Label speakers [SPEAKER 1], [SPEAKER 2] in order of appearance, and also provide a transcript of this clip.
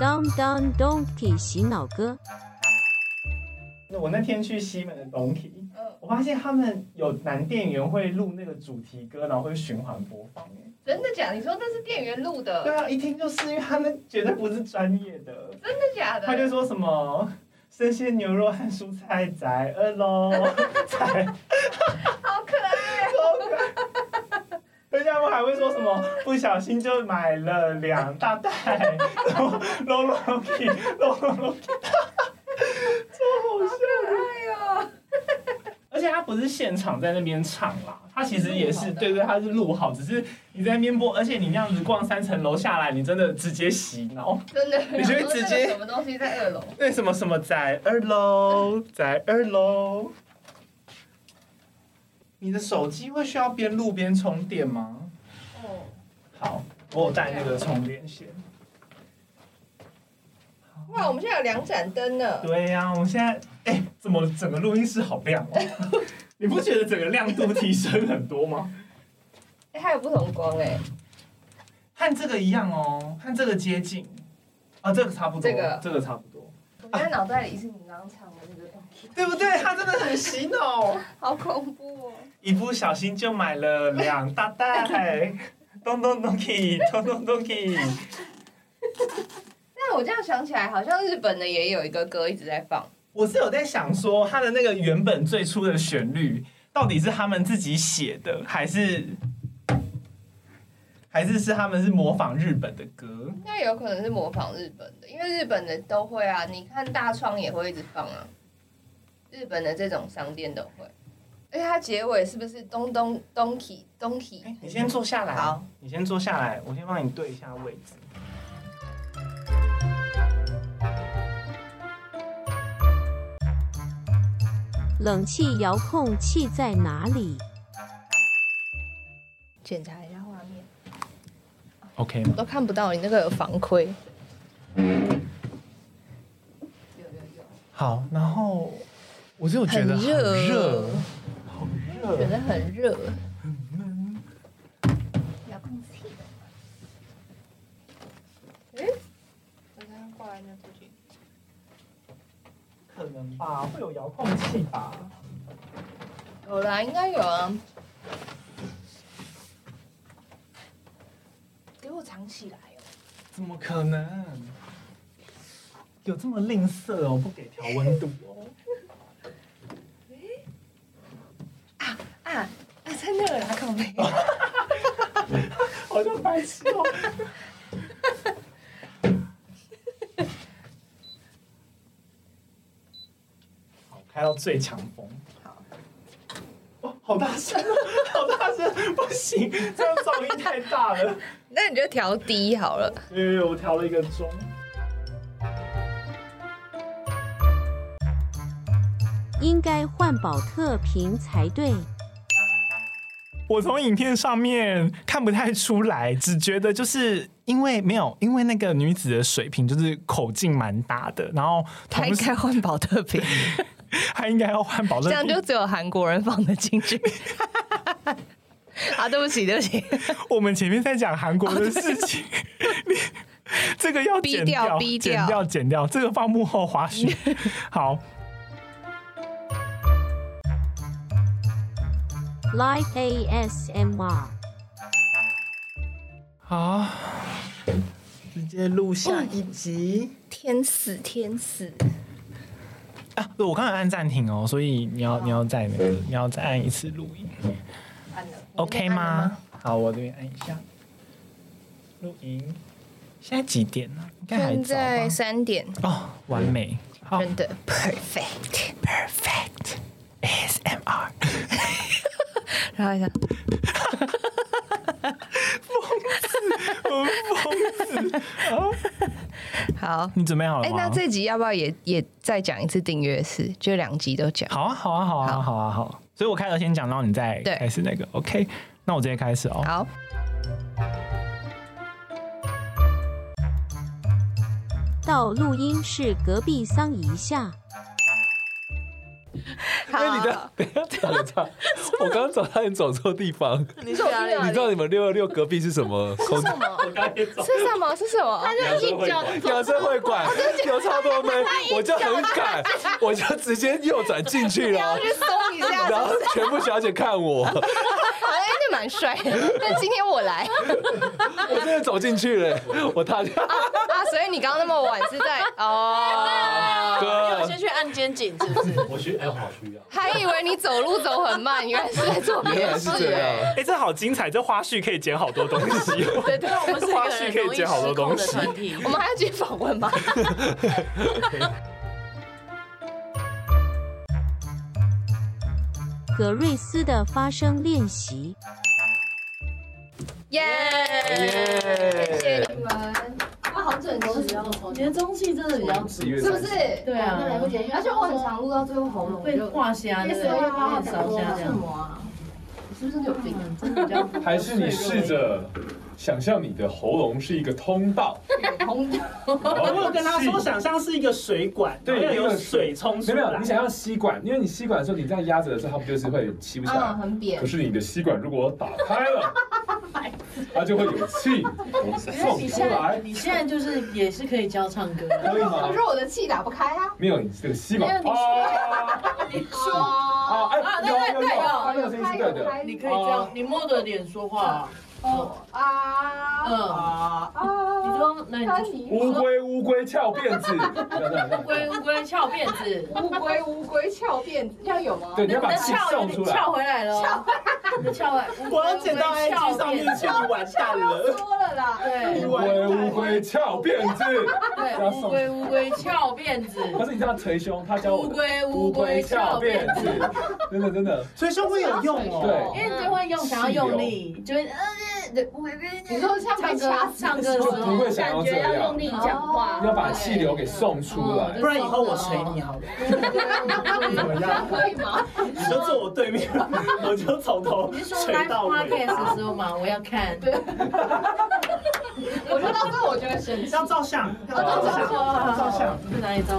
[SPEAKER 1] 当当 Donkey 洗脑歌。
[SPEAKER 2] 我那天去西门的总体，我发现他们有男店员会录那个主题歌，然后会循环播放。哎
[SPEAKER 3] 真的假的？你说那是店员录的？
[SPEAKER 2] 对啊，一听就是因为他们绝对不是专业的，
[SPEAKER 3] 真的假的？
[SPEAKER 2] 他就说什么生鲜牛肉和蔬菜宰二喽，宰
[SPEAKER 3] 好可爱，
[SPEAKER 2] 而且他们还会说什么不小心就买了两大袋，然后 l o l o k i l o l o k i 超好笑。
[SPEAKER 3] 哎呦，
[SPEAKER 2] 而且他不是现场在那边唱啦，他其实也是
[SPEAKER 3] 录好的
[SPEAKER 2] 对对，他是录好，只是你在那边播，而且你那样子逛三层楼下来，你真的直接洗脑。
[SPEAKER 3] 真的，
[SPEAKER 2] 你就会直接
[SPEAKER 3] 我想说那个什么东西在二楼？
[SPEAKER 2] 那什么什么在二楼，在二楼。你的手机会需要边录边充电吗？
[SPEAKER 3] 哦，
[SPEAKER 2] 好，我有带那个充电线。
[SPEAKER 3] 哇，我们现在有两盏灯呢。
[SPEAKER 2] 对呀、我们现在哎、怎么整个录音室好亮哦？ 你不觉得整个亮度提升很多吗？
[SPEAKER 3] 哎，还有不同光
[SPEAKER 2] 啊
[SPEAKER 3] 哎，
[SPEAKER 2] 和这个一样哦，和这个接近，啊，这个差不多，
[SPEAKER 3] 这个
[SPEAKER 2] 这个差不多，
[SPEAKER 3] 我现在脑袋里是你刚刚唱的那个东西，
[SPEAKER 2] 对不对？他真的很洗脑，
[SPEAKER 3] 好恐怖哦！
[SPEAKER 2] 一不小心就买了两大袋，咚咚咚 key，咚咚咚 key，
[SPEAKER 3] 但我这样想起来，好像日本的也有一个歌一直在放，
[SPEAKER 2] 我是有在想说，他的那个原本最初的旋律到底是他们自己写的，还是还是是他们是模仿日本的歌？
[SPEAKER 3] 应该有可能是模仿日本的，因为日本的都会啊，你看大创也会一直放啊，日本的这种商店都会，而且它结尾是不是咚咚咚 key 咚 key？
[SPEAKER 2] 哎、你先坐下来，
[SPEAKER 3] 好，
[SPEAKER 2] 你先坐下来，我先帮你对一下位置。
[SPEAKER 1] 冷气遥控器在哪里？
[SPEAKER 3] 检查一下画面，
[SPEAKER 2] OK 吗？
[SPEAKER 3] 都看不到，你那个有防窥。有有有。
[SPEAKER 2] 好，然后我就觉得
[SPEAKER 3] 很
[SPEAKER 2] 好
[SPEAKER 3] 热
[SPEAKER 2] 热，好
[SPEAKER 3] 觉
[SPEAKER 2] 热。
[SPEAKER 3] 得很热。遥控器。哎，我刚刚挂在那附近。
[SPEAKER 2] 可能吧，会有遥控器吧？
[SPEAKER 3] 有啦，应该有啊。给我藏起来哦！
[SPEAKER 2] 怎么可能？有这么吝啬哦？不给调温度哦？
[SPEAKER 3] 啊啊，在那儿啦，靠背。
[SPEAKER 2] 哦好像白痴哦。 好，开到最强风。
[SPEAKER 3] 好，
[SPEAKER 2] 哇，好大声哦！好大声，不行，这样噪音太大了。
[SPEAKER 3] 那你就调低好了。
[SPEAKER 2] 因为我调了一个钟。
[SPEAKER 1] 应该换保特瓶才对。
[SPEAKER 2] 我从影片上面看不太出来，只觉得就是因为没有，因为那个女子的水平就是口径蛮大的，然后
[SPEAKER 4] 他
[SPEAKER 2] 同
[SPEAKER 4] 应
[SPEAKER 2] 时
[SPEAKER 4] 该换保特 瓶，
[SPEAKER 2] 她应该要换保
[SPEAKER 4] 这
[SPEAKER 2] 乐
[SPEAKER 4] 样就只有韩国人放得进 去。啊，对不起，对不起，
[SPEAKER 2] 我们前面在讲韩国的事情，你 这个要
[SPEAKER 4] 哦
[SPEAKER 2] 剪
[SPEAKER 4] 逼掉
[SPEAKER 2] 剪
[SPEAKER 4] 逼掉
[SPEAKER 2] 掉，剪掉，这个放幕后花 絮。好，
[SPEAKER 1] Live ASMR，
[SPEAKER 2] 好，直接录下一集。
[SPEAKER 3] 天使，天使。
[SPEAKER 2] 啊，对我刚才按暂停哦，所以你要你要再那个，你要再按一次录音。
[SPEAKER 3] 按了
[SPEAKER 2] OK 吗？？好，我这边按一下。录音。现在几点呢、应该还
[SPEAKER 3] 现
[SPEAKER 2] 早
[SPEAKER 3] 在嗯
[SPEAKER 2] 吧。
[SPEAKER 3] 三点，
[SPEAKER 2] 哦，完美，好
[SPEAKER 3] 真的 perfect。
[SPEAKER 2] ，perfect ASMR。
[SPEAKER 4] 然后一下，好。
[SPEAKER 2] 你准备好了
[SPEAKER 4] 哎、
[SPEAKER 2] 吗？
[SPEAKER 4] 那这集要不要也也再讲一次订阅式？就两集都讲。
[SPEAKER 2] 好啊，好啊，好啊，
[SPEAKER 4] 好
[SPEAKER 2] 好啊，好啊。所以我开头先讲，然后你再
[SPEAKER 4] 对
[SPEAKER 2] 开始那个。OK，那我直接开始哦。
[SPEAKER 4] 好，
[SPEAKER 1] 到录音室隔壁桑一下。
[SPEAKER 5] 因
[SPEAKER 6] 哎
[SPEAKER 2] 哎
[SPEAKER 5] 为你的，等一下等一下，我刚刚走差点走错地方。你去哪里？
[SPEAKER 3] 哪
[SPEAKER 5] 你
[SPEAKER 3] 里
[SPEAKER 5] 知道你们六二六隔壁是什么空间？
[SPEAKER 3] 是什么？是什么？
[SPEAKER 2] 阳春会馆
[SPEAKER 5] 养生会馆有超多妹，我就很赶，我就直接右转进去 了，
[SPEAKER 3] 搜一下
[SPEAKER 5] 然后全部小姐看我，
[SPEAKER 3] 好像就蛮帅的。但今天我来
[SPEAKER 5] 我真的走进去了，我踏下
[SPEAKER 3] 啊，所以你刚刚那么晚是在哦，
[SPEAKER 5] 哥
[SPEAKER 7] 我先去按肩颈，是不是？
[SPEAKER 6] 我需哎，我好需要。
[SPEAKER 3] 还以为你走路走很慢，原来是在做
[SPEAKER 5] 原
[SPEAKER 3] 别
[SPEAKER 5] 来
[SPEAKER 3] 的
[SPEAKER 5] 是
[SPEAKER 3] 事
[SPEAKER 5] 这
[SPEAKER 3] 欸。
[SPEAKER 5] 样，
[SPEAKER 2] 哎、这好精彩，这花絮可以剪好多东 西。
[SPEAKER 7] 对对，我们是一
[SPEAKER 2] 花
[SPEAKER 7] 个
[SPEAKER 2] 絮
[SPEAKER 7] 很
[SPEAKER 2] 可以
[SPEAKER 7] 容易
[SPEAKER 2] 接好多
[SPEAKER 7] 失控
[SPEAKER 2] 东
[SPEAKER 7] 的
[SPEAKER 2] 西
[SPEAKER 7] 团体。
[SPEAKER 3] 我们还要去访问吗？
[SPEAKER 1] 葛瑞斯的发声练习。
[SPEAKER 3] 耶！谢谢你们，
[SPEAKER 8] 他好准时哦，我觉得中戏真的比较准，
[SPEAKER 3] 是不是？
[SPEAKER 8] 对啊，
[SPEAKER 3] 而且我很常录到最后喉咙
[SPEAKER 8] 被
[SPEAKER 3] 就
[SPEAKER 8] 画虾，对不对？被烧虾这样，
[SPEAKER 3] 啊你是不是有病？
[SPEAKER 8] 真的比较
[SPEAKER 6] 还是你试着想象你的喉咙是一个通道，
[SPEAKER 3] 红
[SPEAKER 9] 我有跟他说，想象是一个水管，
[SPEAKER 6] 对
[SPEAKER 9] 然后有水冲
[SPEAKER 6] 没
[SPEAKER 9] 出
[SPEAKER 6] 有没有，
[SPEAKER 9] 来
[SPEAKER 6] 你。想要吸管，因为你吸管的时候，你这样压着的时候，它不就是啊会吸不下
[SPEAKER 3] 嗯，
[SPEAKER 6] 来？
[SPEAKER 3] 很扁
[SPEAKER 6] 可。是你的吸管如果打开了，它就会有气
[SPEAKER 8] 因为
[SPEAKER 6] 送
[SPEAKER 8] 你
[SPEAKER 6] 出
[SPEAKER 8] 现在
[SPEAKER 6] 来，
[SPEAKER 8] 你现在就是也是可以教唱歌，
[SPEAKER 6] 可以吗
[SPEAKER 3] 可？是我的气打不开啊！
[SPEAKER 6] 没有，你这个吸管
[SPEAKER 3] 没有你吸
[SPEAKER 6] 啊
[SPEAKER 8] 你
[SPEAKER 3] 哦
[SPEAKER 8] 说
[SPEAKER 3] 说
[SPEAKER 6] 啊哎，有有有，它那个声音是对的。
[SPEAKER 8] 你可以这样，你摸着脸说话啊，
[SPEAKER 3] 哦啊
[SPEAKER 8] 嗯
[SPEAKER 3] 啊
[SPEAKER 8] 你
[SPEAKER 3] 啊！
[SPEAKER 8] 说那你就
[SPEAKER 6] 乌龟乌龟翘辫子，乌
[SPEAKER 8] 乌龟乌龟翘辫子，
[SPEAKER 3] 乌龟乌龟翘辫子，这样有吗？
[SPEAKER 6] 对，你
[SPEAKER 8] 你
[SPEAKER 6] 要把
[SPEAKER 8] 的
[SPEAKER 6] 气
[SPEAKER 8] 翘有
[SPEAKER 6] 送出
[SPEAKER 8] 点
[SPEAKER 6] 来。
[SPEAKER 8] 翘回来了哦，你的翘回来，乌龟
[SPEAKER 9] 我要剪到 IG 上面去，你完蛋了。
[SPEAKER 3] 说了啦，
[SPEAKER 8] 对
[SPEAKER 6] 乌龟乌龟翘辫子，
[SPEAKER 8] 对，
[SPEAKER 6] 要
[SPEAKER 8] 乌
[SPEAKER 6] 送
[SPEAKER 8] 龟乌龟翘辫子，
[SPEAKER 6] 可是你这样捶胸，他教我
[SPEAKER 8] 乌
[SPEAKER 6] 的
[SPEAKER 8] 龟乌龟翘辫子，
[SPEAKER 6] 子， 真的真的，
[SPEAKER 9] 所以说会有用哦。
[SPEAKER 8] 因为你就会用，想要用力，就会呃，
[SPEAKER 3] 你说像
[SPEAKER 8] 唱歌唱歌的
[SPEAKER 6] 就
[SPEAKER 8] 时候
[SPEAKER 6] 不会想要这样，
[SPEAKER 3] 力讲
[SPEAKER 9] 哦
[SPEAKER 3] 话
[SPEAKER 6] 要把气流给送出来
[SPEAKER 8] 对
[SPEAKER 2] 哦
[SPEAKER 9] 不。然以后我捶你好了，怎么
[SPEAKER 3] 这样
[SPEAKER 9] 样？
[SPEAKER 3] 可以吗？
[SPEAKER 9] 你就坐我对 面，我就从头
[SPEAKER 8] 你是说
[SPEAKER 9] 捶
[SPEAKER 8] live
[SPEAKER 9] 到尾。
[SPEAKER 8] podcast 的时候嘛，我要看。哦
[SPEAKER 3] 我说到这，我觉得神奇。
[SPEAKER 9] 要照相，要照相，要照相。
[SPEAKER 8] 哦在哪里找？